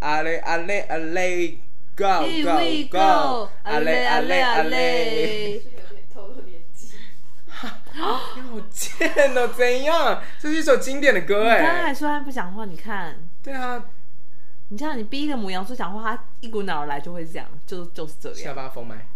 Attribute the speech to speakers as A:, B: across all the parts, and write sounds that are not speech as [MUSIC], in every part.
A: 阿嘞阿嘞阿嘞，Go
B: Here we
A: Go Go，
B: go，
A: 阿嘞阿嘞阿嘞，
C: 是有点透露年纪。
A: 你好贱哦！怎样？这是一首经典的歌
B: 你刚刚还
A: 哎。
B: 说他不讲话，你看，
A: 对啊，
B: 你像你逼一个母羊座讲话，他一股脑儿来就会这样，就就是这
A: 下
B: 样，
A: 巴封
B: [LAUGHS]
A: 麦，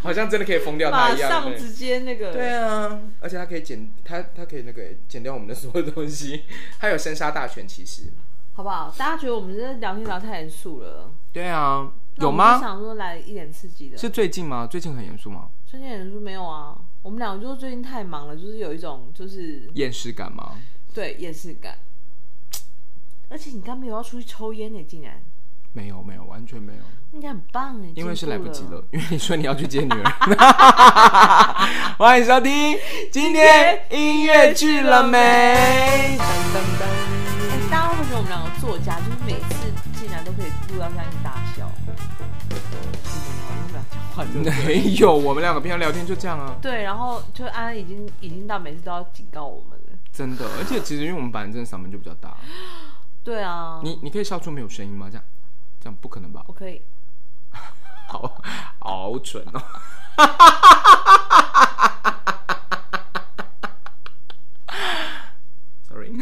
A: 好像真的可以封掉它
B: 马
A: 一样。
B: 上
A: 对
B: 直接那个，
A: 对啊，而且它可以剪，它它可以那个剪掉我们的所有东西。 [LAUGHS] 它有生杀大权，其实。
B: 好不好？大家觉得我们这聊天聊太严肃了，
A: 对啊，
B: 那
A: 有
B: 我们就
A: 吗？
B: 想说来一点刺激的，
A: 是最近吗？最近很严肃吗？
B: 最近人说没有啊，我们两个就是最近太忙了，就是有一种就是
A: 厌世感吗？
B: 对厌世感。而且你刚没有要出去抽烟呢、竟然，
A: 没有，没有，完全没有。
B: 你很棒哎、
A: 因为是来不及
B: 进步
A: 了
B: 了。，
A: 因为你说你要去接女儿。 [LAUGHS] 欢迎收听，今天音乐去了没？噔噔噔。
B: 哎大家会觉得我们两个作家，就是每次进来都可以录到这样一大笑。嗯我们俩讲话真的
A: 没有，哎我们两个平常聊天就这样啊，
B: 对，然后就安安已经已经到每次都要警告我们了。
A: 真的。而且其实因为我们本来真的嗓门就比较大，
B: 对啊，
A: 你你可以笑出没有声音吗？这样，这样不可能吧？
B: 我可以，
A: 好好蠢哦！Sorry，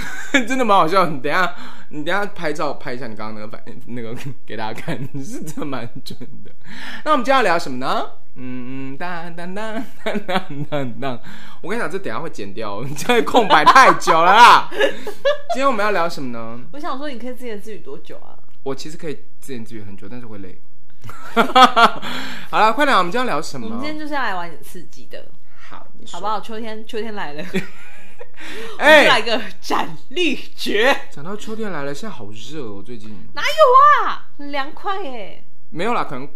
A: 真 [LAUGHS] 的蛮好笑。你等一下，你等一下拍照拍一下你刚刚那个反那个给大家看， [LAUGHS] 是真的蛮准的。那我们今天要聊什么呢？嗯嗯，当当当当当当当。我跟你讲，这等一下会剪掉， [LAUGHS] 这个空白太久了啦。今天我们要聊什么呢？
B: 我想说你可以自言自语多久啊？
A: 我其实可以自言自语很久，但是会累。 [LAUGHS] 好了，快点，我们今天要聊什
B: 我们
A: 么
B: 今？天就是要来玩点刺激的，
A: 好，你说
B: 好不？好？秋天，秋天 [LAUGHS] 来了，我们就来
A: 哎，
B: 个斩立决。
A: 讲到秋天来了，现在好热哦，最近
B: 哪有啊？很凉快耶，
A: 没有啦，可能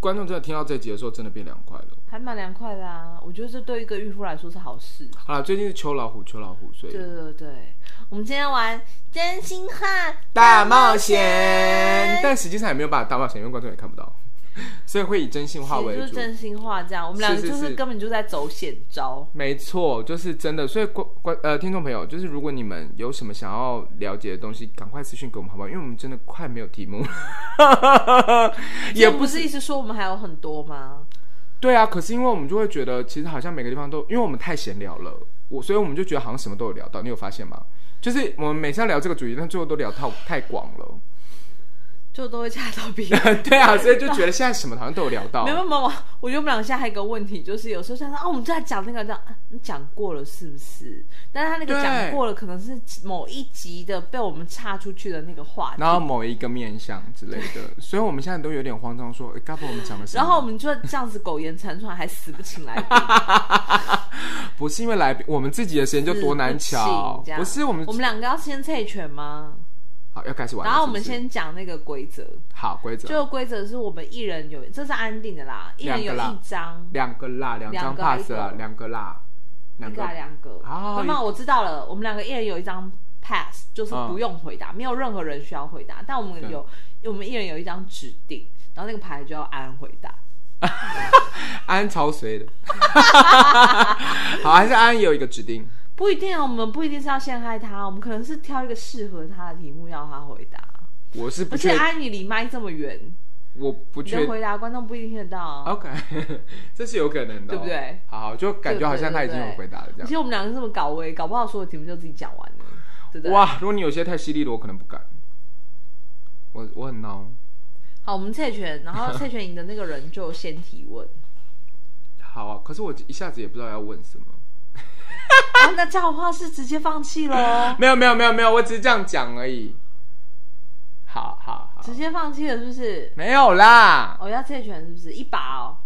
A: 观众真的听到这集的时候，真的变凉快了。
B: 还蛮凉快的啊。我觉得这对一个孕妇来说是好事。
A: 好了，最近是秋老虎，秋老虎，所以
B: 对对对，我们今天玩真心话
A: 大冒险，但实际上也没有办法大冒险，因为观众也看不到，所以会以真心话
B: 其
A: 为
B: 实就是
A: 主。
B: 真心话这样。我们两个
A: 是是
B: 就是
A: 是
B: 根本就在走险招。
A: 没错，就是真的。所以观观呃，听众朋友，就是如果你们有什么想要了解的东西，赶快私信给我们，好不好？因为我们真的快没有题目，了。也
B: 这
A: 不
B: 不是
A: 是
B: 意思说我们还有很多吗？
A: 对啊。可是因为我们就会觉得，其实好像每个地方都，因为我们太闲聊了，我所以我们就觉得好像什么都有聊到。你有发现吗？就是我们每次要聊这个主题，但最后都聊到太广了。 [LAUGHS]
B: 就都会恰到 [LAUGHS] 别人。
A: 对啊，所以就觉得现在什么好像都有聊到
B: 没。有没有，没有我觉得我们两个现在还有一个问题，就是有时候想到哦，我们就在讲那个，这样啊你讲过了是不是？但是他那个
A: 对
B: 讲过了，可能是某一集的被我们岔出去的那个话题。
A: 然后某一个面相之类的，所以我们现在都有点慌张，说，诶哎该不会我们讲了什么？
B: 然后我们就这样子苟延残喘，还死不请来宾，
A: 不是因为来宾，我们自己的时间就多难
B: 死
A: 抢
B: 不请嗯这，样
A: 不是我们
B: 我们两个要先猜拳吗？
A: 好要开始玩了。
B: 然后我们
A: 是不是啊
B: 先讲那个规则，
A: 好规则，
B: 就规则是我们一人有，这是安定的啦，一人有
A: 两个
B: 一
A: 啦
B: 张，
A: 两个啦，两张
B: 两个
A: pass
B: 一个
A: 啦，两个啦，两
B: 一个
A: 个
B: 还两个。
A: 啊
B: 那么我知道了，我们两个一人有一张 pass，就是
A: 嗯
B: 不用回答，没有任何人需要回答。但我们
A: 对
B: 有，我们一人有一张指定，然后那个牌就要按回答。
A: 安超随的。 [LAUGHS] 好，还是安有一个指定，
B: 不一定啊，我们不一定是要陷害他，我们可能是挑一个适合他的题目要他回答。
A: 我是不
B: 而且
A: 确，
B: 安，你离麦这么远，
A: 我不
B: 你
A: 确
B: 的回答观众不一定听得到啊。
A: OK，这 [LAUGHS] 是有可能的哦，
B: 对不对
A: 好好，就感觉好像他已经有回答了这
B: 而
A: 样。
B: 且我们两个这么搞位，搞不好所有题目就自己讲完了，对不对？
A: 哇，如果你有些太犀利了，我可能不敢。我我很孬。
B: 好，我们猜拳，然后猜拳赢的那个人就先提问。
A: 好啊，可是我一下子也不知道要问什么。
B: 啊，那这样的话是直接放弃
A: [LAUGHS]，
B: 喽
A: 没有没有没有没有，我只是这样讲而已。好好好，
B: 直接放弃了是不是？
A: 没有啦。
B: 我、要猜拳是不是？一把
A: [LAUGHS]
B: 哦。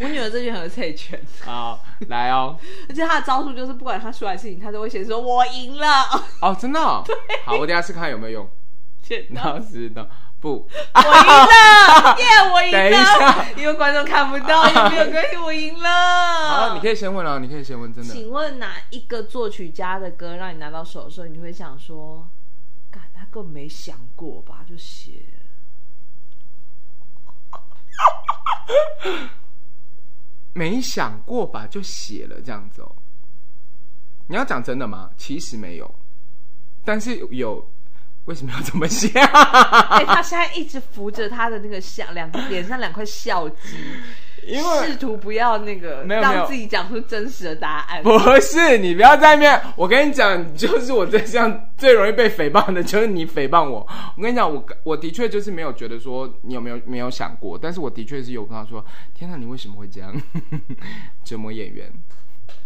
B: 我女儿最近很会猜拳，
A: 好，来哦。
B: 而且她的招数就是不管她输还是赢，她都会先说“我赢了 [LAUGHS]
A: 哦，真的、哦。好，我等一下试看有没有用。”，
B: 剪刀
A: 老实的，不，
B: 我赢了，耶、我赢
A: 等一下
B: 了，因为观众看不到，也没有关系，我赢
A: [LAUGHS] 好，
B: 了。
A: 你可以先问啊，你可以先问，真的。
B: 请问哪一个作曲家的歌让你拿到手的时候，你就会想说，干，他根本没想过吧，就写。
A: [LAUGHS] 没想过吧，就写了这样子哦。你要讲真的吗？其实没有，但是有，为什么要这么啊想？
B: 哎、他现在一直扶着他的那个笑，两脸上两块笑肌，
A: [LAUGHS] 因为
B: 试图不要那个
A: 没有没有
B: 让自己讲出真实的答案。
A: [LAUGHS] 不是你不要在面，我跟你讲，就是我这项最容易被诽谤的，就是你诽谤我。我跟你讲，我我的确就是没有觉得说你有没有没有想过，但是我的确是有碰到说，天哪，你为什么会这样 [LAUGHS] 折磨演员？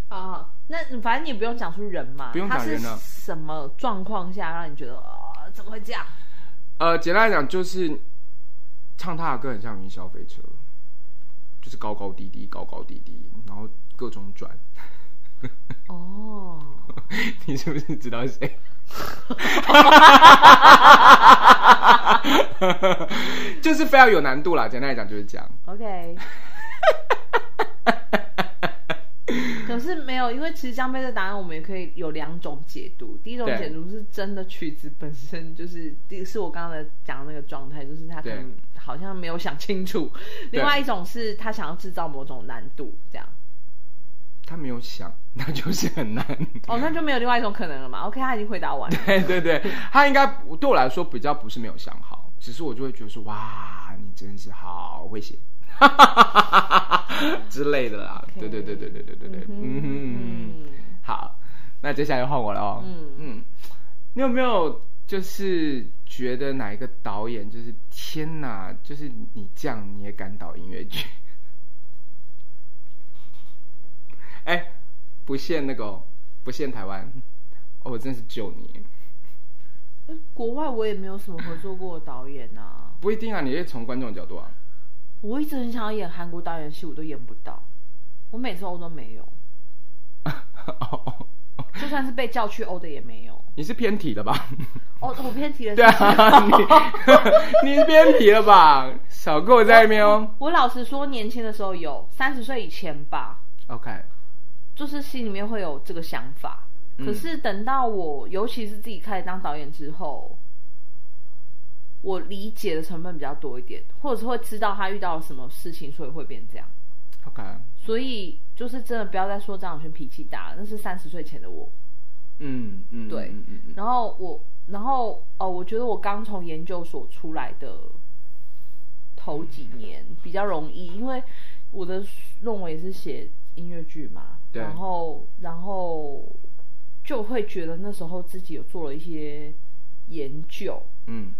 B: 啊，那反正你也不用讲出人嘛，
A: 不用讲人啊了
B: 他是什么状况下让你觉得啊、怎么会这样？
A: 呃，简单来讲就是唱他的歌很像云霄飞车，就是高高低低，高高低低，然后各种转。 [LAUGHS]
B: 哦，
A: 你是不是知道谁？ [LAUGHS] 就是非常有难度啦，简单来讲就是这样。
B: OK，可是没有，因为其实江杯的答案我们也可以有两种解读。第一种
A: 对
B: 解读是真的曲子本身就是，第是我刚刚讲的那个状态，就是他可
A: 对
B: 能好像没有想清楚。
A: 对
B: 另外一种是他想要制造某种难度，这样。
A: 他没有想，那就是很难。
B: 哦，那就没有另外一种可能了嘛。OK，他已经回答完了。
A: 对对对，他应该对我来说比较不是没有想好，只是我就会觉得说，哇，你真是好会写。之类的啦对
B: OK
A: 对对对对对对对，嗯哼嗯哼，好，那接下来就换我了哦，
B: 嗯
A: 嗯，你有没有就是觉得哪一个导演就是天哪，就是你这样你也敢导音乐剧？ [LAUGHS] 哎、不限那个、哦，不限台湾，哦，我真是救你，
B: 嗯国外我也没有什么合作过的导演啊。
A: 不一定啊，你也从观众的角
B: [LAUGHS]
A: 度啊，
B: 我一直很想要演韩国导演戏，我都演不到。我每次欧都没有，
A: 哦，
B: 就算是被叫去欧的也没有。
A: 你是偏题了吧？
B: 哦，我偏题
A: [LAUGHS]
B: 了。
A: 对啊，你 [LAUGHS] 你偏题了吧？少跟我在那边哦。
B: 我老实说，年轻的时候有，三十岁以前吧，
A: OK，
B: 就是心里面会有这个想法。
A: 嗯
B: 可是等到我，尤其是自己开始当导演之后，我理解的成分比较多一点，或者是会知道他遇到了什么事情，所以会变这样。
A: OK，
B: 所以就是真的不要再说张小轩脾气大了，那是三十岁前的我。
A: 嗯嗯，
B: 对
A: 嗯嗯嗯
B: 然后呃我，然后哦，我觉得我刚从研究所出来的头几年比较容易，因为我的论文也是写音乐剧嘛，
A: 对
B: 然后然后就会觉得那时候自己有做了一些研究，
A: 嗯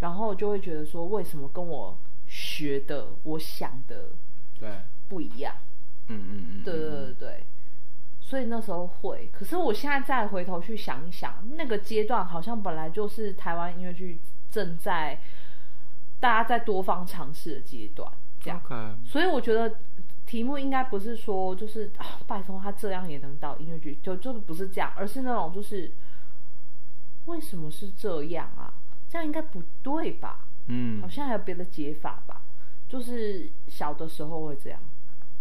B: 然后就会觉得说，为什么跟我学的、我想的
A: 对，
B: 不一样？
A: 嗯嗯嗯，
B: 对对对对，所以那时候会。可是我现在再回头去想一想，那个阶段好像本来就是台湾音乐剧正在大家在多方尝试的阶段，这样。
A: OK，
B: 所以我觉得题目应该不是说就是啊，拜托他这样也能到音乐剧，就就不是这样，而是那种就是为什么是这样啊？这样应该不对吧？
A: 嗯
B: 好，像还有别的解法吧？就是小的时候会这样，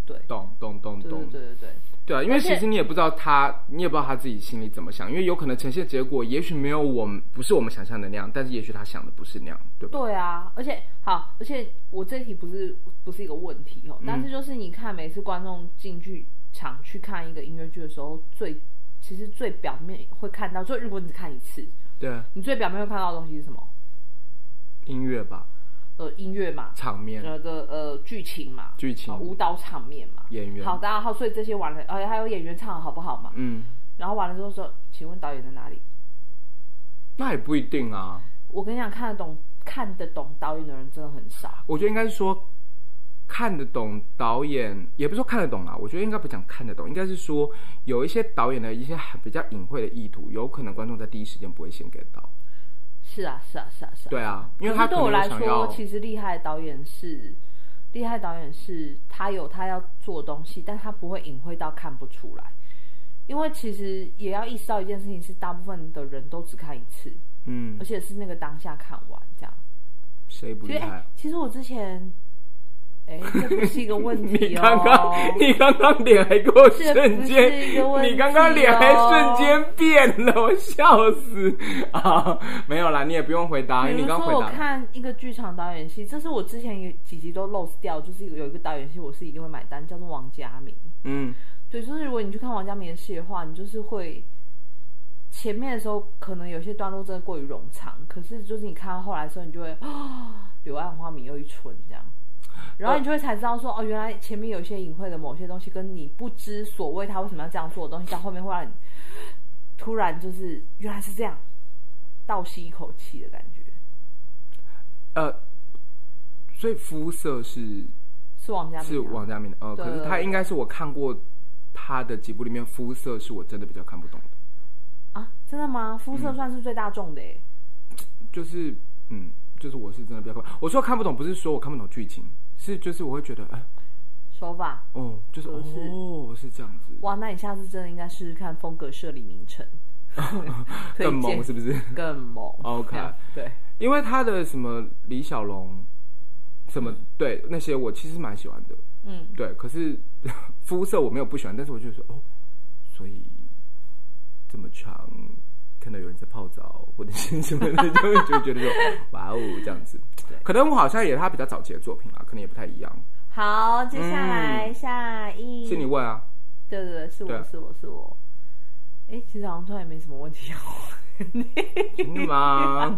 B: 对。
A: 懂懂懂
B: 对对
A: 懂，
B: 对对对，
A: 对啊，因为
B: 而
A: 其
B: 且
A: 实你也不知道他，你也不知道他自己心里怎么想，因为有可能呈现结果，也许没有我们不是我们想象的那样，但是也许他想的不是那样，对吧？
B: 对啊，而且好，而且我这题不是不是一个问题
A: 嗯
B: 哦，但是就是你看每次观众进剧场去看一个音乐剧的时候，最其实最表面会看到，就如果你只看一次，
A: 对，啊
B: 你最表面会看到的东西是什么？
A: 音乐吧，
B: 呃，音乐嘛，
A: 场面，
B: 呃的呃剧情嘛，
A: 嗯剧情
B: 啊舞蹈场面嘛，
A: 演员
B: 好，当然后所以这些完了，呃，还有演员唱的好不好嘛？
A: 嗯，
B: 然后完了之后说，请问导演在哪里？
A: 那也不一定啊。
B: 我跟你讲，看得懂看得懂导演的人真的很少。
A: 我觉得应该是说看得懂导演，也不是说看得懂啦，我觉得应该不讲看得懂，应该是说有一些导演的一些很比较隐晦的意图，有可能观众在第一时间不会先 get 到。
B: 是啊，是啊，是啊，是啊。
A: 对啊，因为
B: 可
A: 他
B: 是对
A: 可
B: 我
A: 能
B: 来
A: 想要
B: 说，其实厉害的导演是厉害的导演是他有他要做的东西，但他不会隐晦到看不出来。因为其实也要意识到一件事情是，大部分的人都只看一次，
A: 嗯
B: 而，且是那个当下看完这样。
A: 谁不
B: 其
A: 厉
B: 实，哎、
A: 害？
B: 其实我之前，哎、这不是一个
A: [LAUGHS]
B: 问
A: 你
B: 题哦。
A: 刚刚，你刚刚脸还给我
B: 这
A: 瞬
B: 不
A: 间
B: 是一个，问
A: 你刚刚脸还
B: 题哦
A: 瞬间变了，我笑死啊！没有啦，你也不用回答，因为
B: 比
A: 你
B: 如
A: 刚
B: 说，
A: 回
B: 我
A: 答了。
B: 看一个剧场导演系，这是我之前有几集都 lose 掉，就是有一个导演系我是一定会买单，叫做王家明。
A: 嗯，
B: 对，就是如果你去看王家明的戏的话，你就是会前面的时候可能有些段落真的过于冗长，可是就是你看到后来的时候，你就会啊，柳暗花明又一村这样。然后你就会才知道说，哦，原来前面有一些隐晦的某些东西，跟你不知所谓他为什么要这样做的东西，到后面会让你突然就是原来是这样，倒吸一口气的感觉，
A: 呃，所以肤色是
B: 是王家明、啊、
A: 是王家明的，呃，
B: 对
A: 可是他应该是我看过他的几部里面，肤色是我真的比较看不懂的，
B: 啊，真的吗？
A: 嗯
B: 肤色算是最大众的耶，
A: 就是嗯，就是我是真的比较看不懂。我说看不懂，不是说我看不懂剧情，是就是我会觉得，哎、
B: 手法
A: 哦，就是
B: 是不是
A: 哦，是这样子，
B: 哇，那你下次真的应该试试看风格社李明城，推
A: 更
B: 荐
A: 萌是不是？
B: 更猛
A: OK
B: 对，
A: 因为他的什么李小龙，什么对那些我其实蛮喜欢的，
B: 嗯，
A: 对，可是 [LAUGHS] 肤色我没有不喜欢，但是我就说哦，所以这么长，看到有人在泡澡或者是什么的，就会就会觉得说哇哦这样子
B: 对。
A: 可能我好像也是他比较早期的作品啦，可能也不太一样。
B: 好，接下来、下一，
A: 是你问啊？
B: 对对对，是
A: 对啊
B: 我是我是我。哎，其实好像突然没什么问题哦。
A: 真的吗？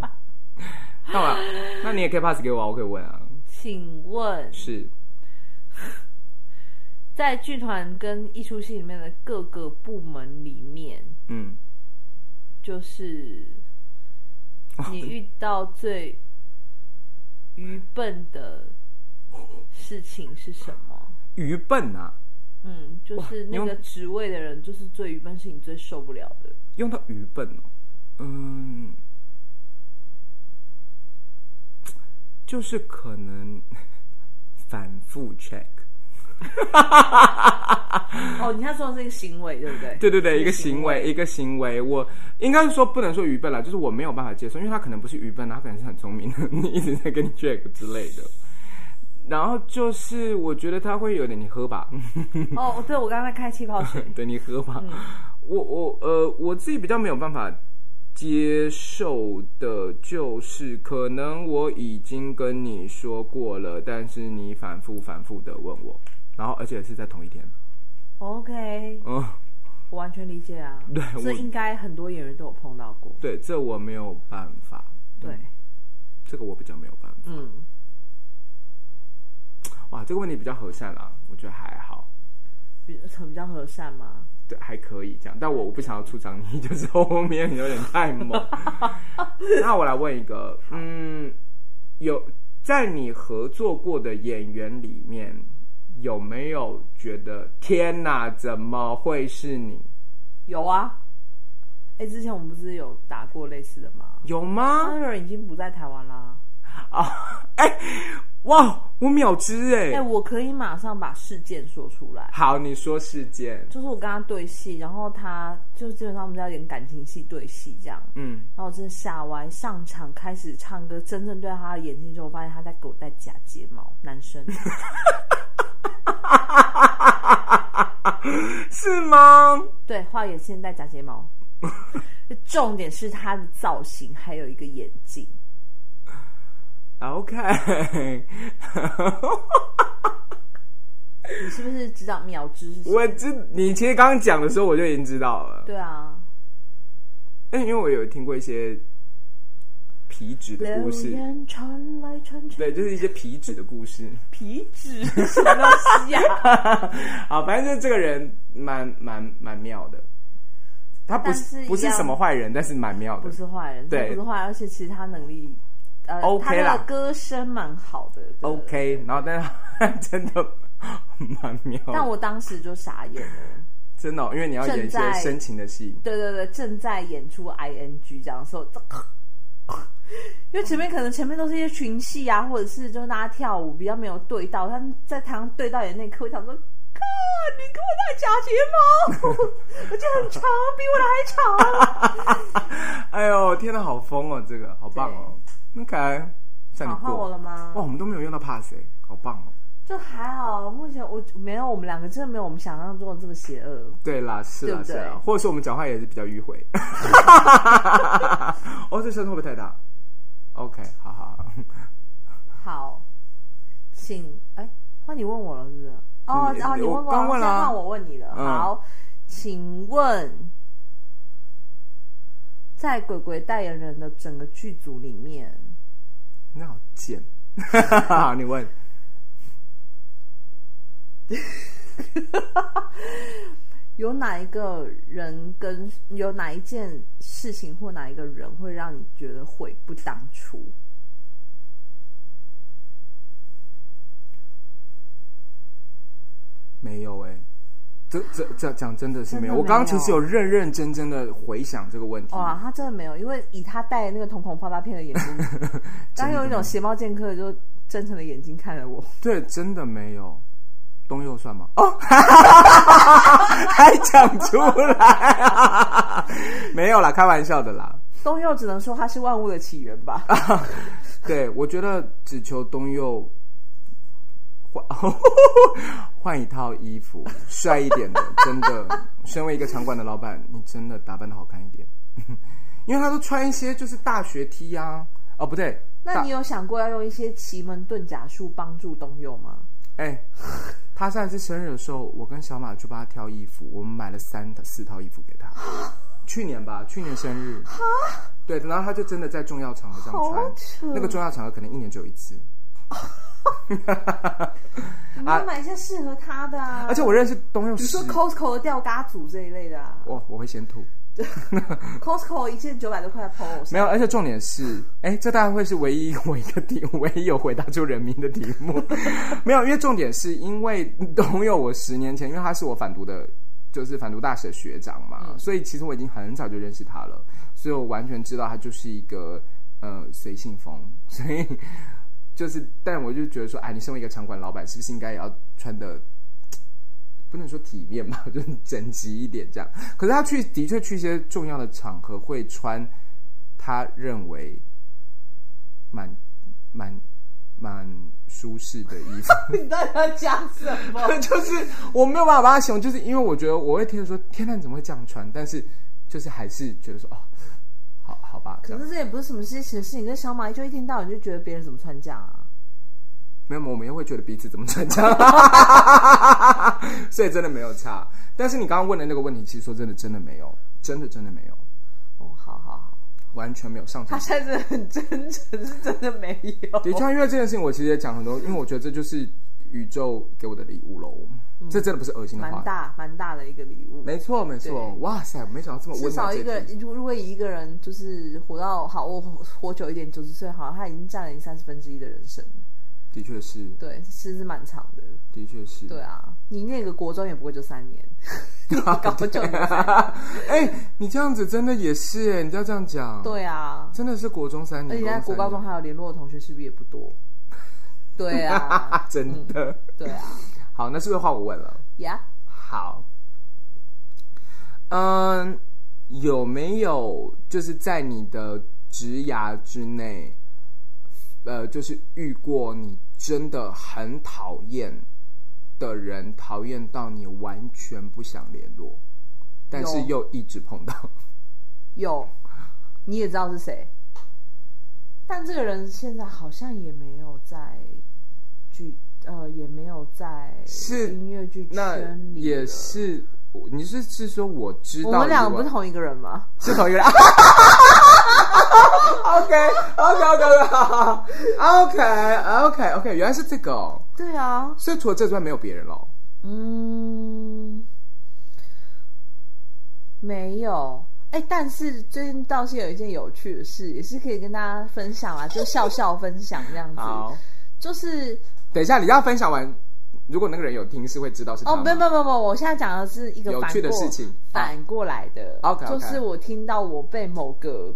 A: 那我那你也可以 pass 给我啊，我可以问啊。
B: 请问，
A: 是
B: 在剧团跟艺术系里面的各个部门里面，
A: 嗯，
B: 就是你遇到最愚笨的事情是什么？
A: 愚笨啊，
B: 嗯，就是
A: 哇
B: 那
A: 你
B: 个
A: 用
B: 职位的人，就是最愚笨，是你最受不了的。
A: 用到愚笨哦，嗯，就是可能 [LAUGHS] 反复 check，
B: [LAUGHS] 哦，你看说的是一个行为，对不对？
A: [LAUGHS] 对对对，
B: 是
A: 一个行为，一个行为，我应该是说不能说愚笨啦，就是我没有办法接受，因为他可能不是愚笨啊，他可能是很聪明的， [LAUGHS] 你一直在跟你 check 之类的。然后就是我觉得他会有点你喝吧，
B: 哦，对，我刚才开
A: [LAUGHS]
B: 气泡水。
A: 对你喝吧。我我呃，我自己比较没有办法接受的就是，可能我已经跟你说过了，但是你反复反复的问我，然后而且是在同一天。
B: OK，
A: 嗯，
B: 我完全理解啊。
A: [LAUGHS] 对
B: 这
A: 我
B: 应该很多演员都有碰到过。
A: 对，这我没有办法，
B: 对，
A: 这个我比较没有办法。
B: 嗯，
A: 哇，这个问题比较和善啦，我觉得还好。
B: 比很比较和善吗？
A: 对，还可以这样，但我我不想要出场，你就是后面有点太 [LAUGHS] 猛。那我来问一个，嗯，有在你合作过的演员里面，有没有觉得天哪，怎么会是你？
B: 有啊。哎，之前我们不是有打过类似的吗？
A: 有吗
B: 那？个人已经不在台湾啦。
A: 啊，哎，哇，我秒知哎、
B: 哎，我可以马上把事件说出来。
A: 好，你说事件，
B: 就是我跟他对戏，然后他就基本上我们在演感情戏对戏这样。
A: 嗯，
B: 然后我真的吓歪，上场开始唱歌，真正对到他的眼睛之后，发现他在给我戴假睫毛，男生。
A: 是吗？
B: 对，画眼线戴假睫毛。重点是他的造型，还有一个眼镜。
A: 啊 OK， [LAUGHS]
B: 你是不是知道秒知是谁？
A: 我知你其实刚刚讲的时候我就已经知道了，
B: 对啊，
A: [LAUGHS] 但因为我有听过一些皮脂的
B: 流
A: 故事，
B: 言传来传去，
A: 对，就是一些皮脂的故事。 [LAUGHS]
B: 皮脂什么东西啊？
A: 好，反正就是这个人蛮蛮蛮妙的，他不
B: 但是一
A: 不是
B: 样
A: 什么坏人，但是蛮妙的
B: 不。是坏人，
A: 对
B: 他不是坏人，而且其实他能力，呃
A: OK 啦
B: 他的歌声蛮好的。对
A: OK，然后但是 [LAUGHS] 他真的蛮妙的，
B: 但我当时就傻眼了。
A: 真的哦、因为你要演一些
B: 正在
A: 深情的戏，
B: 对对对，正在演出 ing 这样的时候，因为前面可能前面都是一些群戏啊，或者是就是大家跳舞比较没有对到，但在台上对到眼那一刻，我想说，哥，你给我戴假睫毛， [LAUGHS] 而且很长，比我的还长，
A: 哎呦，天哪，好疯哦，这个好棒哦，OK，算你
B: 好换
A: 过
B: 我了吗
A: 哇，我们都没有用到 pass 哎、好棒哦。
B: 就还好。目前我没有我们两个真的没有我们想象中的这么邪恶。
A: 对啦，是啦，
B: 对不
A: 是
B: 对
A: 啦，或者是我们讲话也是比较迂回。 [LAUGHS] 哦，这声会不会太大？OK，好好好。 [LAUGHS]
B: 好，请哎，换你问我了是不是？哦，
A: 你
B: 然后你
A: 我
B: 问过，
A: 刚问了
B: 现在
A: 啊
B: 换我问你了。
A: 嗯
B: 好，请问在鬼鬼代言人的整个剧组里面，
A: 那好贱。 [LAUGHS] 你问，
B: 有哪一个人跟有哪一件事情或哪一个人会让你觉得悔不当
A: [LAUGHS]
B: 初？
A: 没有哎、这这这讲真的是没
B: 真的
A: 有。
B: 没有哦
A: 我刚刚其实有认认真真的回想这个问题，
B: 哇，他真的没有，因为以他戴那个瞳孔放大片的
A: [LAUGHS]
B: 眼睛，当有一种邪猫剑客就真诚的眼睛看着我，
A: 对，真的没有。东佑算吗？哦， [LAUGHS] 还讲出来、没有啦，开玩笑的啦。
B: 东佑只能说他是万物的起源吧。
A: 对，我觉得只求东佑换 [LAUGHS] 换一套衣服，帅一点的，真的。 [LAUGHS] 身为一个场馆的老板，你真的打扮的好看一点， [LAUGHS] 因为他都穿一些就是大学 T 啊，哦不对，
B: 那
A: 大
B: 你有想过要用一些奇门遁甲术帮助东佑吗？
A: 哎、他上一次生日的时候，我跟小马去帮他挑衣服，我们买了三四套衣服给他。去年吧，去年生日。对，然后他就真的在重要场合上
B: 好扯
A: 穿，那个重要场合可能一年只有一次。
B: 你要买一些适合他的、啊
A: 而且我认识东用
B: 比如
A: 十
B: 说，Costco [LAUGHS] 的吊嘎组这一类的、 [LAUGHS] 啊、
A: 我我会先吐。
B: ，Costco 一件九百多块的 POS，
A: 没有，而且重点是，哎，这大概会是唯一我一个题，唯一有回答出人民的题目。 [LAUGHS] 没有，因为重点是因为 [LAUGHS] 董友，我十年前，因为他是我反读的，就是反读大学的学长嘛，所以其实我已经很早就认识他了，所以我完全知道他就是一个呃随性风， [LAUGHS] 所以就是，但我就觉得说，哎，你身为一个场馆老板，是不是应该也要穿的？不能说体面吧， [LAUGHS] 就是整齐一点这样。可是他去的确去一些重要的场合会穿他认为蛮蛮蛮舒适的衣
B: [LAUGHS]
A: 服， [LAUGHS]
B: 你到底要讲什 [LAUGHS] 么？
A: 就是我没有办法把它形容，就是因为我觉得我会听着说，天呐，你怎么会这样穿？但是就是还是觉得说，哦，好好吧，这
B: 可
A: 样
B: 是这也不是什么稀奇的事情，这小马就一天到晚就觉得别人怎么穿这样啊？
A: 没有，我们又会觉得彼此怎么
B: [LAUGHS]
A: 穿这样，所以真的没有差。但是你刚刚问的那个问题，其实说真的，真的没有，真的真的没有，
B: 哦，好好好，
A: 完全没有上升
B: 他现在真的很真诚，是真的没有。
A: 的确，因为这件事情，我其实也讲很多，因为我觉得这就是宇宙给我的礼物喽。
B: 嗯
A: 这真的不是恶心的
B: 蛮
A: 话，
B: 大蛮大的一个礼物，
A: 没错没错
B: 对。
A: 哇塞，没想到这么
B: 至
A: 温
B: 少
A: 暖
B: 一
A: 这
B: 个
A: 题。
B: 如如果以一个人就是活到好，我活活久一点，九十岁好，他已经占了你三十分之一的人生，
A: 的确是，
B: 对，其实是蛮长的。
A: 的确是。
B: 对啊，你念个国中也不过就三年，搞不久就三年。
A: [LAUGHS] 哎、你这样子真的也是哎，你不要这样讲，[LAUGHS]
B: 对啊，
A: 真的是国中三
B: 而
A: 年，
B: 且在国高中
A: 三
B: 还有联络的同学是不是也不多？对啊
A: [LAUGHS] 年，，真的。
B: 对啊，
A: 好，那是不是换我问了？
B: 呀、
A: 好，嗯，有没有就是在你的职涯之内，呃，就是遇过你真的很讨厌的人，讨厌到你完全不想联络，但是又一直碰到？
B: 有，你也知道是谁，但这个人现在好像也没有在剧，呃，也没有在
A: 是
B: 音乐剧
A: 那
B: 圈里了。
A: 也是，你是是说我知道
B: 我们两个
A: 以外
B: 不是同一个人吗？
A: 是同一个 [LAUGHS] 人。OK OK OK OK OK OK，原来是这个哦。
B: 对啊，
A: 所以除了哦这之外没有别人喽。
B: 嗯，没有。哎，但是最近倒是有一件有趣的事，也是可以跟大家分享啦，就笑笑分享这样子。
A: 好，
B: 就是
A: 等一下你要分享完，如果那个人有听是会知道是他
B: 哦，
A: 吗
B: 没有没有没有没有，我现在讲的是一个
A: 有
B: 反
A: 趣的
B: 过
A: 事情
B: 反过来的。
A: OK，OK
B: 就是我听到我被某个，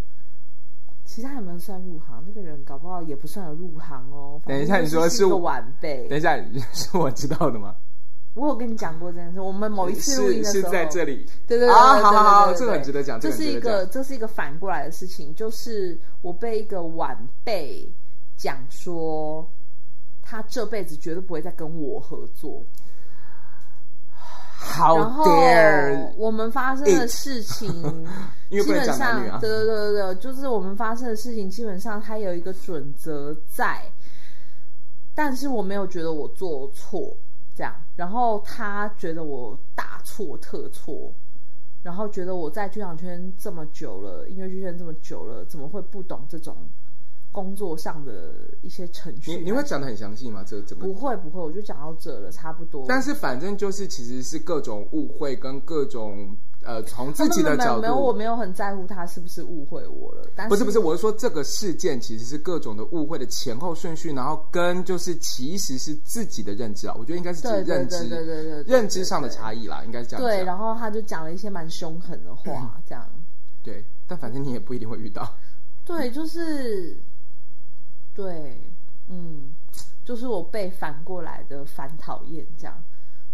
B: 其实他有没有算入行？那个人搞不好也不算有入行哦。
A: 等一下
B: 反正
A: 你说
B: 就是是一个
A: 我
B: 晚辈
A: 等一，下是我知道的吗？
B: 我有跟你讲过这件事，我们某一次录
A: 是
B: 音的
A: 是
B: 时候，
A: 在这里。
B: 对对对，
A: 啊
B: 对
A: 好
B: 对
A: 好好
B: 对对
A: 这个很
B: 对
A: 值得讲这个
B: 这
A: 很
B: 是
A: 值得
B: 一个这是一个反过来的事情，就是我被一个晚辈讲说，他这辈子绝对不会再跟我合作。
A: How
B: 然后
A: dare！
B: 我们发生的
A: it，
B: 事情
A: [LAUGHS] 因为
B: 基
A: 不能
B: 本
A: 讲男
B: 上
A: 女啊
B: 对对对对对，就是我们发生的事情，基本上它有一个准则在，但是我没有觉得我做错这样，然后他觉得我大错特错，然后觉得我在剧场圈这么久了，音乐剧圈这么久了，怎么会不懂这种工作上的一些程序
A: 你
B: 啊？
A: 你会讲的很详细吗？这怎么
B: 不会不会，我就讲到这了，差不多。
A: 但是反正就是其实是各种误会跟各种呃从自己的
B: 哦没有
A: 角
B: 没有没有没有，我
A: 度，
B: 没有很在乎他是不是误会我了。但
A: 不是不是，我是说这个事件其实是各种的误会的前后顺序，然后跟就是其实是自己的认知啊，我觉得应该是指
B: 对对
A: 认
B: 对
A: 知
B: 对
A: 嗯
B: 对对，对
A: 认知上的差异啦，应该是这样
B: 对，
A: 讲。
B: 然后他就讲了一些蛮凶狠的话，这样。
A: 对，但反正你也不一定会
B: [LAUGHS]
A: 遇到。
B: 对，就是，对，嗯，就是我被反过来的反讨厌这样，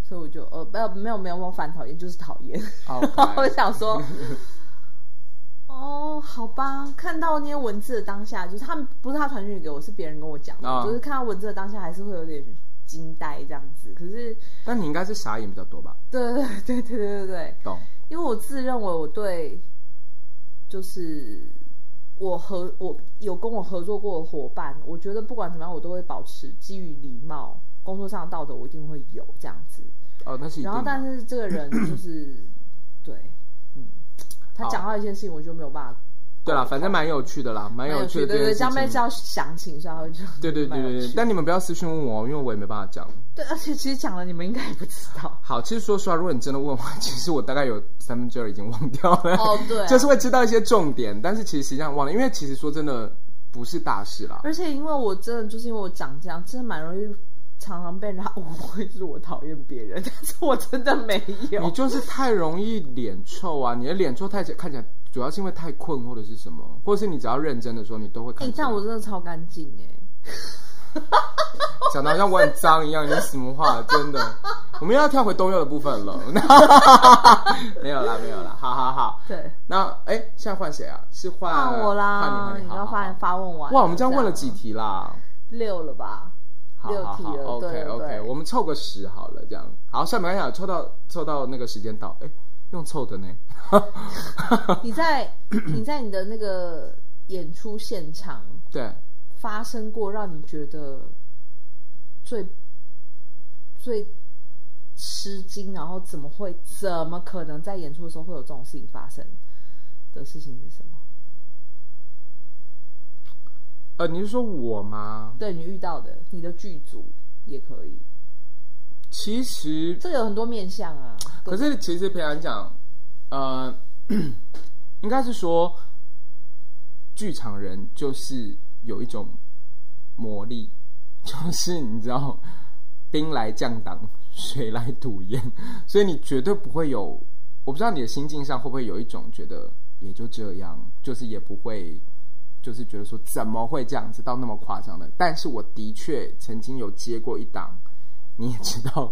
B: 所以我就呃，没有没有没有没有反讨厌，就是讨厌。我
A: OK，
B: 想说，哦，好吧，看到那些文字的当下，就是他们不是他传讯息给我，是别人跟我讲的，
A: 啊
B: 就是看到文字的当下还是会有点惊呆这样子。可是，
A: 但你应该是傻眼比较多吧？
B: 对对对对对对对，
A: 懂？
B: 因为我自认为我对，就是我合我有跟我合作过的伙伴，我觉得不管怎么样，我都会保持基于礼貌、工作上的道德，我一定会有这样子。
A: 哦，那是一定
B: 然后，
A: 的。
B: 但是这
A: [CLEARS THROAT]
B: 个人就是对，嗯，他讲到一件事情，我就没有办法。
A: 对啦，反正蛮有趣的啦，蛮有趣的
B: 对
A: 这
B: 对对，
A: 件事
B: 这样被
A: 情
B: 叫详情，所以他会就
A: 对对对
B: 蛮有
A: 对对
B: 趣，
A: 但你们不要私信问我哦，因为我也没办法讲。
B: 对，而且其实讲了，你们应该也不知道。
A: 好，其实说实话，如果你真的问我，其实我大概有三分之二已经忘掉了。
B: 哦对啊
A: 就是会知道一些重点，但是其实实际上忘了，因为其实说真的不是大事啦。
B: 而且因为我真的就是因为我长这样，真的蛮容易常常被人家误 [LAUGHS] 会是我讨厌别人，但是我真的没
A: 你
B: 有。
A: 就是太容易脸臭啊！你的脸臭太看起来，主要是因为太困或者是什么，或者是你只要认真的时候，你都会
B: 哎、
A: 看出来。
B: 这样我真 [LAUGHS] 的超干净哎！
A: 讲的好像我很脏一样，你什么话？真的，我们又要跳回东柚的部分
B: [LAUGHS]
A: 了。 [LAUGHS] 没有啦，没有啦，好好好。
B: 对，
A: 那哎，现在换谁啊？是换
B: 换我啦
A: 换，你，
B: 你
A: 换
B: 要
A: 好好
B: 发
A: 好
B: 发问完了。
A: 哇，我们这样问了几
B: 这样
A: 题啦？
B: 六了吧？
A: 好
B: 六
A: 好
B: 题
A: 好
B: 了对
A: ，OK
B: 对
A: OK，
B: 对
A: 我们凑个十好了，这样好。下面来讲，凑到凑到那个时间到，哎，用凑的呢？ [LAUGHS]
B: 你在你在你的那个演出现场
A: 对，
B: 发生过让你觉得最最吃惊，然后怎么会怎么可能在演出的时候会有这种事情发生的事情是什么？
A: 呃，你是说我吗？
B: 对你遇到的，你的剧组也可以，
A: 其实，
B: 这个有很多面向啊。
A: 可是其实平常讲，呃， [COUGHS] 应该是说，剧场人就是有一种魔力， [LAUGHS] 就是你知道，兵来将挡，水来土掩，所以你绝对不会有，我不知道你的心境上会不会有一种觉得也就这样，就是也不会，就是觉得说怎么会这样子到那么夸张的。但是我的确曾经有接过一档，你也知道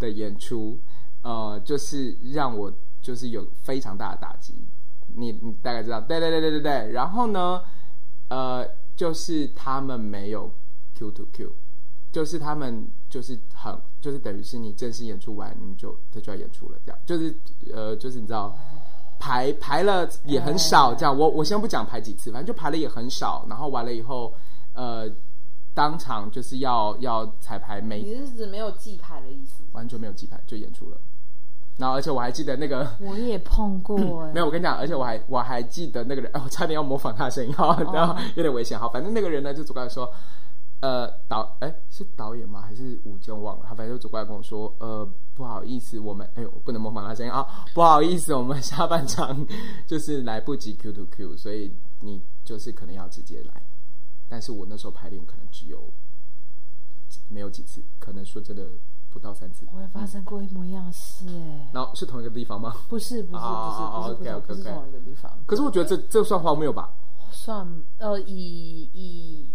A: 的演出， [LAUGHS] 呃，就是让我就是有非常大的打击。你你大概知道，对对对对对对。然后呢，呃，就是他们没有 Q to Q，就是他们就是很就是等于是你正式演出完，你们就他就要演出了，这样就是呃就是你知道排排了也很少，这样我我先不讲排几次，反正就排了也很少，然后完了以后呃当场就是要要彩排每
B: 你是指没有记牌的意思？
A: 完全没有记牌就演出了，然后而且我还记得那个 [LAUGHS]
B: 我也碰过哎、
A: 没有，我跟你讲，而且我还我还记得那个人，哦我差点要模仿他的声音， [LAUGHS] 哦哈，然后有点危险。好，反正那个人呢就走过来说，呃，导，哎，是导演吗？还是舞监？我忘了。他反正就走过来跟我说，呃，不好意思，我们，哎呦，我不能模仿他的声音啊，不好意思，我们下半场就是来不及 Q to Q，所以你就是可能要直接来。但是我那时候排练可能只有没有几次，可能说真的不到三次。
B: 我也发生过一模一样的事哎、
A: 然后是同一个地方吗？
B: 不是不是不是不
A: 哦
B: 是不是
A: OK，OK，OK
B: 不是同一个地方。
A: 可是我觉得这这算荒谬吧。
B: 算呃，以以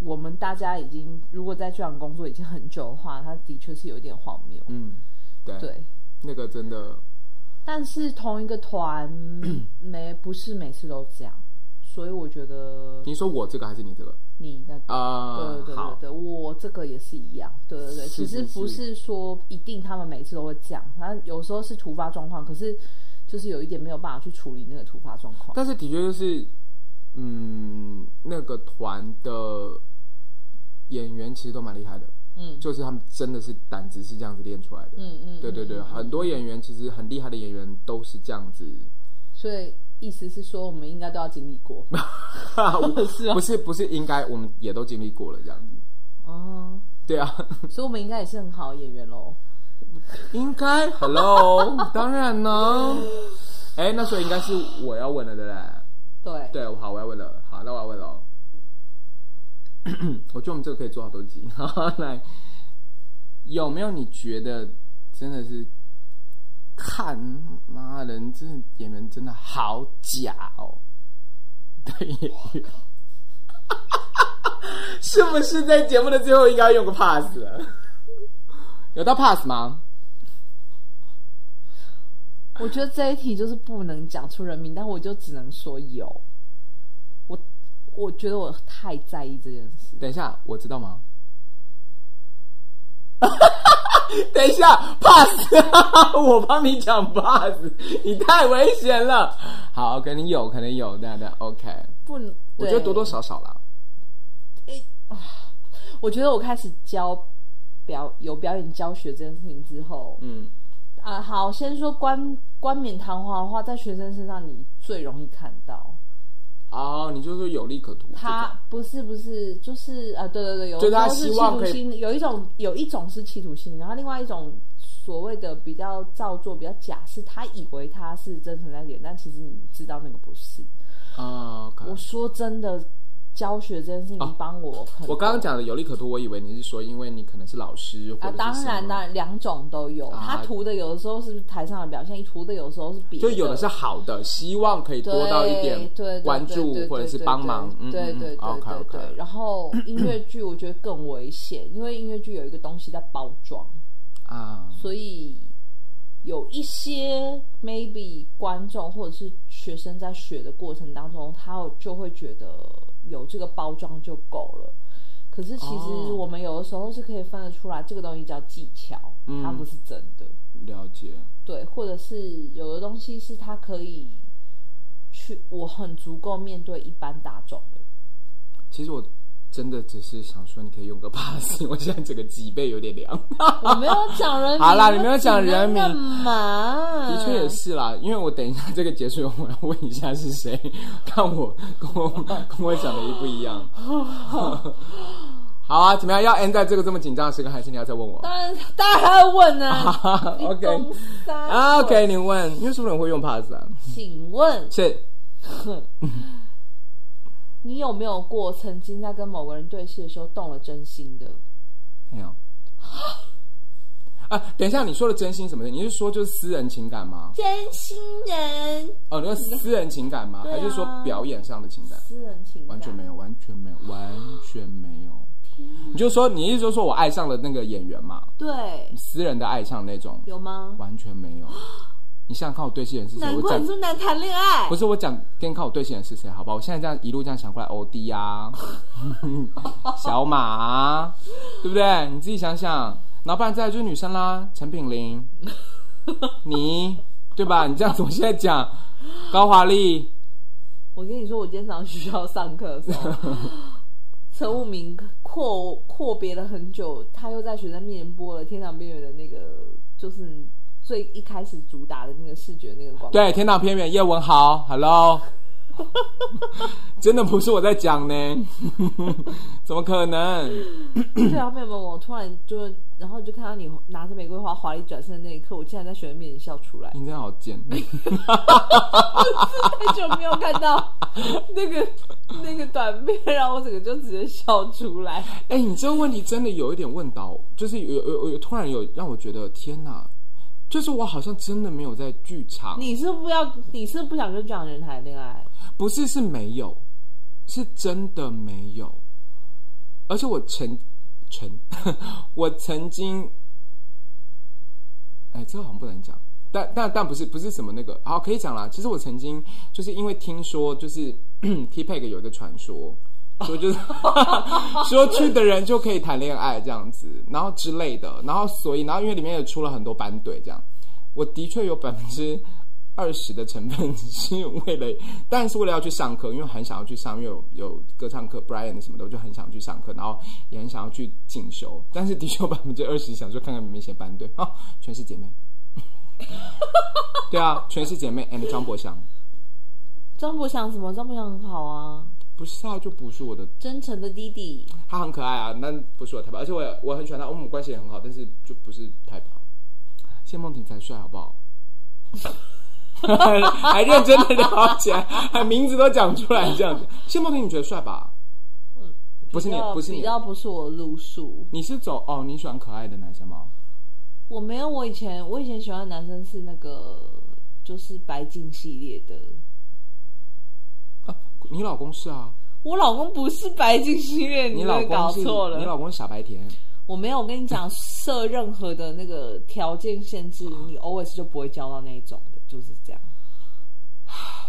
B: 我们大家已经如果在剧场工作已经很久的话，它的确是有点荒谬。
A: 嗯，对，
B: 对，
A: 那个真的，
B: 但是同一个团没不是每次都这样，所以我觉得
A: 你说我这个还是你这个？
B: 你那个。
A: 啊、
B: 对对对
A: 好，
B: 对，我这个也是一样，对对对，
A: 是
B: 其实
A: 是
B: 不
A: 是
B: 是说一定他们每次都会这样，反正有时候是突发状况，可是就是有一点没有办法去处理那个突发状况。
A: 但是的确就是，嗯，那个团的演员其实都蛮厉害的，
B: 嗯
A: 就是他们真的是胆子是这样子练出来的。
B: 嗯嗯，
A: 对对对，很多演员其实很厉害的演员都是这样子，
B: 所以意思是说，我们应该都要经历
A: [LAUGHS]
B: 过。 [LAUGHS] 是啊
A: 不是不是应该我们也都经历过了这样子。
B: 哦，
A: 对啊，
B: 所以我们应该也是很好的演员喽。
A: 应该 Hello，当 [LAUGHS] 然呢。哎，那所以应该是我要问了的嘞。
B: 对，
A: 对，好，我要问了。好，那我要问了哦。 [CLEARS THROAT] 我觉得我们这个可以做好多集。 [LAUGHS] 来，有没有你觉得真的是看妈人，这演员真的好假哦？ [LAUGHS] 对， [LAUGHS] 是不是在节目的最后应该用个 pass 了？ [LAUGHS] 有到 pass 吗？
B: 我觉得这一题就是不能讲出人名，但我就只能说有。我我觉得我太在意这件事。
A: 等一下，我知道
B: [LAUGHS]
A: 吗？等一下，pass，我 [LAUGHS] 帮你讲 pass，你太危险了。好，可能有，可能有，那那 OK，
B: 不能，
A: 我觉得多多少少啦。
B: 诶啊我觉得我开始教表有表演教学这件事情之后，
A: 嗯，
B: 啊，好，先说冠冠冕堂皇的话，在学生身上你最容易看到。
A: 哦，你就说有利可图。
B: 他不是不是，就是啊，对对对，有
A: 就是
B: 时
A: 他
B: 候是
A: 希
B: 企
A: 望
B: 图
A: 可以
B: 心，有一种有一种是企图心，然后另外一种所谓的比较造作、比较假，是他以为他是真诚在演，但其实你知道那个不是。
A: 啊、
B: 我
A: OK。
B: 说真的，教学这件事情帮我很多、
A: 哦我刚刚讲的有利可图，我以为你是说，因为你可能是老师或者
B: 啊，
A: 是
B: 当
A: 什
B: 然
A: 么
B: 当，然，两种都有，
A: 啊
B: 他图的有的时候是台上的表现，图的有时候是别
A: 就有的是好的，希望可以多到一点
B: 对对对
A: 关注
B: 对对
A: 或者是
B: 对
A: 帮忙。嗯
B: 对对对对
A: ，OK
B: 对
A: OK
B: 对。。然后音乐剧我觉得更危险，因为音乐剧有一个东西在包装，
A: 啊，
B: 所以有一些 maybe 观众或者是学生在学的过程当中，他就会觉得有这个包装就够了。可是其实
A: 哦
B: 我们有的时候是可以分得出来，这个东西叫技巧，
A: 嗯
B: 它不是真的。
A: 了解。
B: 对，或者是有的东西是他可以去，我很足够面对一般大众的。
A: 其实我真的只是想说，你可以用个 pass，我
B: [LAUGHS]
A: 现在整个脊背有点凉。
B: 我没有讲
A: [LAUGHS]
B: 人名，
A: 好啦你没有讲人名
B: 我只能干嘛？
A: 的确也是啦，因为我等一下这个结束，我要问一下是
B: [LAUGHS]
A: 谁，看我跟我跟我讲的一不一样。 [LAUGHS] 好啊，怎么样？要 end 在这个这么紧张的时刻，还是你要再问我
B: 当然，当然还要问
A: [LAUGHS]
B: 呢、啊
A: OK 啊？OK，你问，因为是不是很会用 pass 啊？
B: 请问
A: 是
B: 你有没有过曾经在跟某个人对视的时候动了真心的？
A: 没
B: [LAUGHS]
A: 有。啊，等一下，你说的真心什么的？你是说就是私人情感吗？
B: 真心人，
A: 哦，你说私人情感吗？
B: 对啊
A: 还是说表演上的情感？
B: 私人情感
A: 完全没有，完全没有，完全没有。你就说，你意思就是说我爱上了那个演员嘛，
B: 对，
A: 私人的爱上那种，
B: 有吗？
A: 完全没有。
B: [GASPS]
A: 你想想看，我对线人是谁？
B: 难
A: 我
B: 怪
A: 讲
B: 你这么难谈恋爱
A: 不。是我讲，先看我对线人是谁，好吧？我现在这样一路这样想过来，欧弟
B: [LAUGHS]
A: 啊，小马、啊，对不对？你自己想想，然后不然再来就是女生啦，陈炳霖，
B: [LAUGHS]
A: 你对吧？你这样子，我现在讲高华丽，
B: 我跟你说，我今天早上学校上课的时候，陈武明阔阔别了很久，他又在学生面前播了《天堂边缘》的那个，就是最一开始主打的那个视觉那个广告。
A: 对，天堂偏远，叶文豪，Hello，真的不是我在讲呢，怎么可能？
B: 对，啊然后妹妹们，我突然就，然后就看到你拿着玫瑰花华丽转身的那一刻，我竟然在学生面前笑
A: [LAUGHS]
B: 出来。
A: 你真的好贱，
B: 太久没有看到那个那个短片，然后我整个就直接笑出来。
A: 哎、你这个问题真的有一点问到，就是有有有突然有让我觉得天哪，就是我好像真的没有在剧场，
B: 你是不要，你是不想跟这样的人谈恋爱？
A: 不是是没有，是真的没有，而且我曾曾 [LAUGHS] 我曾经，哎，这个好像不能讲，但但但不是不是什么那个，好可以讲啦。其实我曾经就是因为听说，就是 [COUGHS] T Peg 有一个传说，说就是 [LAUGHS] 说去的人就可以谈恋爱这样子，然后之类的，然后所以然后因为里面也出了很多班队这样，我的确有百分之二十的成分 [LAUGHS] 是为了，当然是为了要去上课，因为很想要去上，因为有有歌唱课，Brian 什么的，我就很想去上课，然后也很想要去进修，但是的确 [LAUGHS] 百分之二十想说看看明明谁班对啊，全是姐妹， [LAUGHS] 对啊，全是姐妹 and 张博翔，
B: 张博翔什么？张博翔很好啊，
A: 不是啊，就不是我的
B: 真诚的弟弟。
A: 他很可爱啊，但不是我太吧，而且我也我很喜欢他，我们关系也很好，但是就不是太吧。谢梦婷才帅，好不好？ [LAUGHS] 还认真的聊起来，还名字都讲出来这样子。谢梦婷，你觉得帅吧？不是你
B: 比较
A: 不是你
B: 比较不是我的路数。
A: 你是走哦？你喜欢可爱的男生吗？
B: 我没有，我以前我以前喜欢的男生是那个就是白净系列的，
A: 啊，你老公是啊？
B: 我老公不是白净系列，
A: 你
B: 你
A: 老
B: 们
A: 公
B: 搞
A: 是
B: 错了。
A: 你老公是傻白甜。
B: 我没有我跟你讲 [LAUGHS] 设任何的那个条件限
A: [LAUGHS]
B: 制，你 always 就不会交到那一种的，就是这样。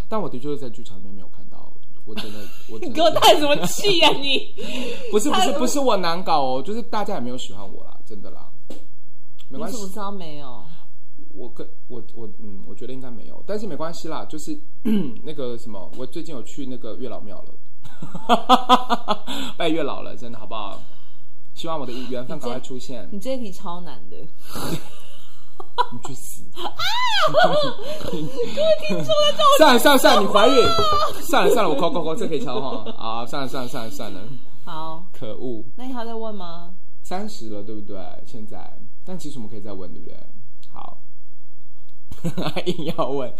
A: 但我的确是在剧场里面没有看到，我真
B: [LAUGHS]
A: 的，我真
B: 你给我
A: 的
B: 叹什么气呀、你？
A: 不是不
B: 太
A: 是不是我难搞哦，就是大家也没有喜欢我啦，真的啦， [LAUGHS] 没
B: 你
A: 关
B: 怎
A: 系
B: 么。知道没有？
A: 我跟我我嗯，我觉得应该没有，但是没关系啦，就是 [COUGHS] 那个什么，我最近有去那个月老庙了， [LAUGHS] 拜月老了，真的好不好？希望我的缘分赶快出现。
B: 你这一题超难的，
A: 你去死！ [LAUGHS] 算了算了算了，你怀孕？算了算了，我扣扣扣，这可以敲哈啊！算了算了算了算了，
B: 好，
A: 可恶，
B: 那你还在问吗？
A: 三十了对不对？现在，但其实我们可以再问对不对？好， [LAUGHS] 硬要问，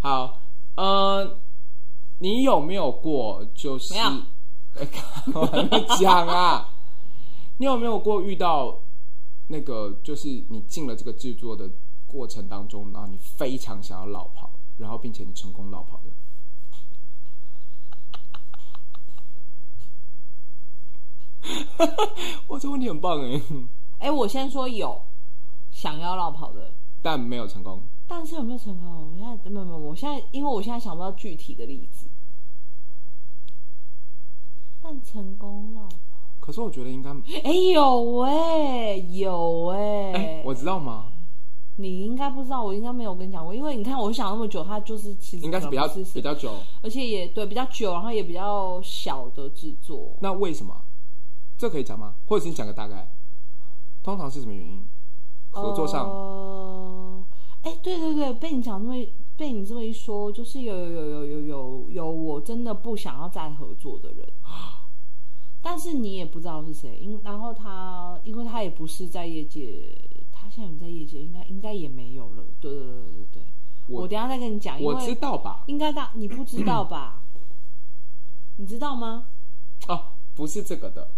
A: 好，呃，你有没有过就是
B: 没有？
A: 哎 [LAUGHS] 我还没讲啊，你有没有过遇到那个就是你进了这个制作的过程当中，然后你非常想要绕跑，然后并且你成功绕跑的？哇，这问题很棒哎，
B: 哎、我先说有想要绕跑的，
A: [LAUGHS] 但没有成功。
B: 但是有没有成功？我现在没有没有，我现在因为我现在想不到具体的例子。但成功绕跑，
A: 可是我觉得应该，
B: 哎、有哎、有哎、
A: 哎、我知道吗？
B: 你应该不知道，我应该没有跟你讲过，因为你看我想那么久，它就是其实
A: 应该是比较
B: 可能不是
A: 比较久。
B: 而且也对比较久，然后也比较小的制作。
A: 那为什么？这可以讲吗？或者是你讲个大概？通常是什么原因？合作上、
B: 哦呃，哎、对对对，被你讲这么一被你这么一说，就是有有有有有有有，我真的不想要再合作的人，但是你也不知道是谁，因然后他，因为他也不是在业界，他现在不在业界，应该应该也没有了。对对对对对对，
A: 我
B: 我等一下再跟你讲，因
A: 我知
B: 为
A: 道吧？
B: 应该大你不知道吧？你知道吗？
A: 哦，不是这个的，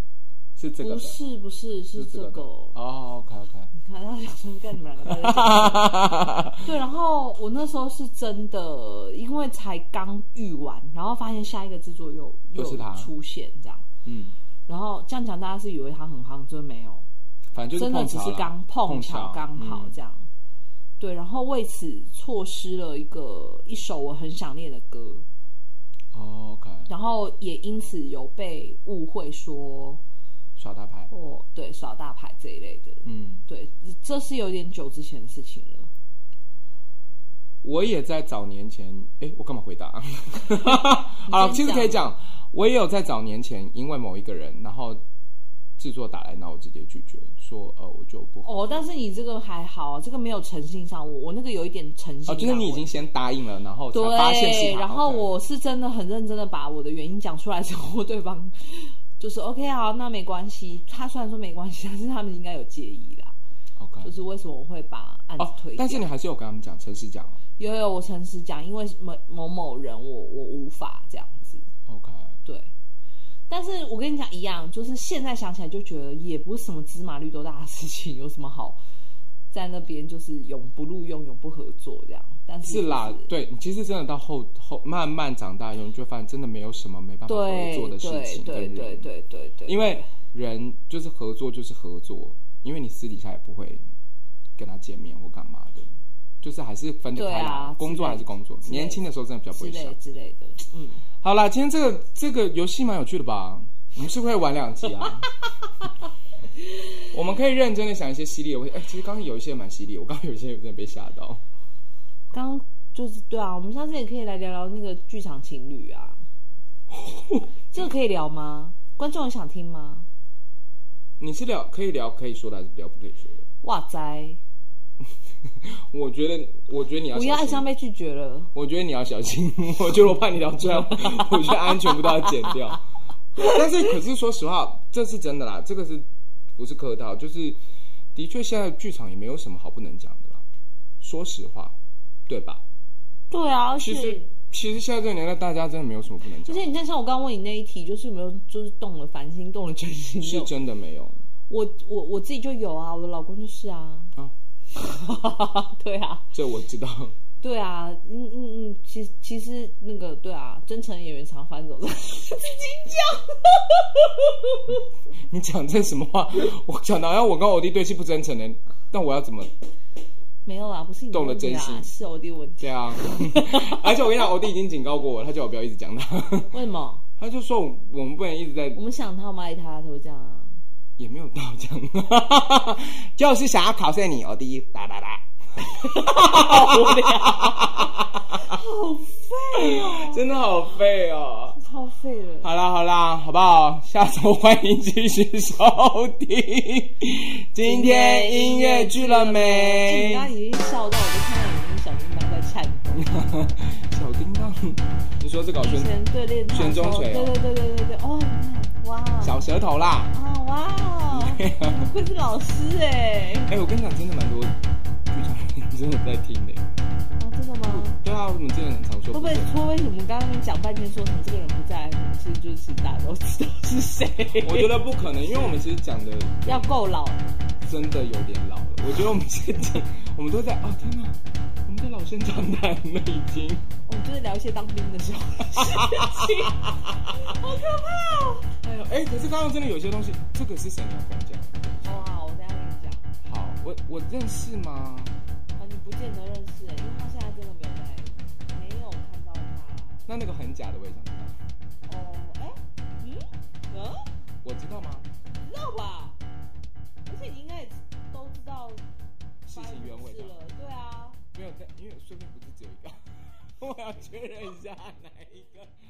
A: 是这个
B: 不
A: 的，
B: 是不是是
A: 这
B: 这
A: 个的。
B: 个。
A: 哦，OK OK。
B: 你看他想说干你们两个在这里
A: [LAUGHS]
B: 对，然后我那时候是真的，因为才刚遇完，然后发现下一个制作又
A: 又是他
B: 出现这样，
A: 嗯，
B: 然后这样讲大家是以为他很夯，真的没有，
A: 反正就是
B: 真的
A: 碰
B: 只
A: 巧啦
B: 是刚碰巧
A: 巧
B: 刚好
A: 嗯
B: 这样。对，然后为此错失了一个一首我很想念的歌，
A: 哦，OK，
B: 然后也因此有被误会说
A: 耍大牌。
B: 哦，对耍大牌这一类的，
A: 嗯，
B: 对，这是有点久之前的事情了。
A: 我也在早年前，哎，我干嘛回答？ [LAUGHS] 好了，其实可以讲，我也有在早年前因为某一个人，然后制作打来，然后我直接拒绝，说呃，我就不
B: 哦，但是你这个还好，这个没有诚信上，我我那个有一点诚信
A: 哦，
B: 上、
A: 就是你已经先答应了，然后才发现是
B: 对，
A: 他。
B: 然后
A: OK
B: 我是真的很认真的把我的原因讲出来之后，对方 [LAUGHS] 就是 OK 好，那没关系。他虽然说没关系，但是他们应该有介意啦，
A: OK
B: 就是为什么我会把案
A: 嗯
B: 子
A: 哦
B: 推，
A: 但
B: 掉
A: 是你还是有跟他们讲，诚实讲哦。
B: 有有，我诚实讲，因为某某某人我，我无法这样子，
A: OK，
B: 对。但是我跟你讲一样，就是现在想起来就觉得也不是什么芝麻绿豆大的事情，有什么好在那边就是永不录用、永不合作这样？但是
A: 是啦
B: 就是，
A: 对，其实真的到后后慢慢长大以后，你就会发现真的没有什么没办法啊合
B: 对
A: 作的事情跟
B: 对
A: 人，
B: 对对对对，
A: 因为人就是合作就是合作，因为你私底下也不会跟他见面或干嘛的，就是还是分得开
B: 对
A: 来，
B: 啊
A: 工作还是工作。
B: 之类的
A: 年轻的时候真的比较不
B: 之
A: 会想
B: 类。之类的，嗯，
A: 好啦，今天这个这个游戏蛮有趣的吧？我们是不是会玩两集
B: [LAUGHS]
A: 啊？我们可以认真的想一些犀利的问题。哎、其实刚刚有一些蛮犀利，我刚刚有一些有点被吓到。
B: 刚刚就是对啊，我们下次也可以来聊聊那个剧场情
A: [LAUGHS]
B: 侣啊，这个可以聊吗？观众有想听吗？
A: 你是聊可以聊可以说的，还是聊不可以说的？
B: 哇塞，
A: 我觉得，我觉得你要
B: 不
A: 小
B: 要爱
A: 心
B: 上被拒绝了。
A: 我觉得你要小心， [LAUGHS] 我觉得我怕你聊出
B: [LAUGHS]
A: 来，我觉得安全不都要剪掉。但是，可是说实话，这是真的啦，这个是不是客套？就是的确，现在剧场也没有什么好不能讲的啦。说实话，对吧？
B: 对啊，而
A: 其实
B: 且，
A: 其实现在这个年代，大家真的没有什么不能
B: 而
A: 讲
B: 且，你看，像我刚刚问你那一题，就是有没有就是动了凡心，动了真心
A: 是
B: 肉？
A: 真的没有
B: 我我我自己就有啊，我的老公就是啊，
A: 啊。
B: [LAUGHS] 对啊，
A: 这我知道，
B: 对啊，嗯嗯嗯，其实其实那个对啊，真诚演员常翻走的， [LAUGHS] 自己讲，
A: 你讲这什么话？ [LAUGHS] 我讲的好像我跟我弟对戏不真诚的，但我要怎么？
B: 没有啦，不是你的
A: 动了
B: 问题
A: 真
B: 啦
A: 心
B: 是我的问题，
A: 对啊， [LAUGHS] 而且我跟你讲，我弟已经警告过我，他叫我不要一直讲他，
B: 为什么？
A: 他就说我我们不能一直在
B: 我们想他，我们爱他才会这样啊。
A: 也没有到这样， [LAUGHS] 就是想要考试你，我第一哒哒 [LAUGHS] 哒，
B: 好无聊，好废哦，
A: [LAUGHS] 真的好废哦。
B: 超废了。
A: 好啦好啦，好不好？下周欢迎继续收听。今天音乐剧了
B: 哎你
A: 没
B: 刚？刚已经笑到，我都看到你跟小叮当在颤抖。
A: 小叮当，你说这搞
B: 以
A: 旋
B: 前对练团的时候
A: 旋中锤哦
B: 对对对对对对，哦，哇，
A: 小舌头啦？
B: 啊哇
A: 对啊，
B: 不愧是老师哎、
A: 哎、我跟你讲，真的蛮多剧场人真的在听的、
B: 啊，真的吗？
A: 对啊，我们之前很常说
B: 会不会
A: 是
B: 会不会我们刚刚讲半天说什么这个人不在，什么其实就是大家都知道是谁？
A: 我觉得不可能，因为我们其实讲的
B: 要够老，哦
A: 真的有点老了。我觉得我们现在，我们都在啊，天哪，我们在老生常谈了已经。
B: 我们就是聊一些当兵的时候的事情，好可怕哦！
A: 哎呦，哎，可是刚刚真的有些东西，这个是谁啊要跟我讲？
B: 好哦好，我等一下跟你讲，
A: 好，我我认识吗？
B: 啊，你不见得认识、欸因为他现在真的没有来，没有看到他。
A: 那那个很假的，我也想知道。
B: 哦，哎、嗯，嗯、
A: 我知道吗？
B: 知道吧？而且你应该也都知道
A: 事
B: 发生
A: 情
B: 什
A: 原
B: 么
A: 委
B: 事
A: 的，
B: 了，对啊。
A: [LAUGHS] 没有，但因为说不定不是只有一个，我要确认一下哪一个。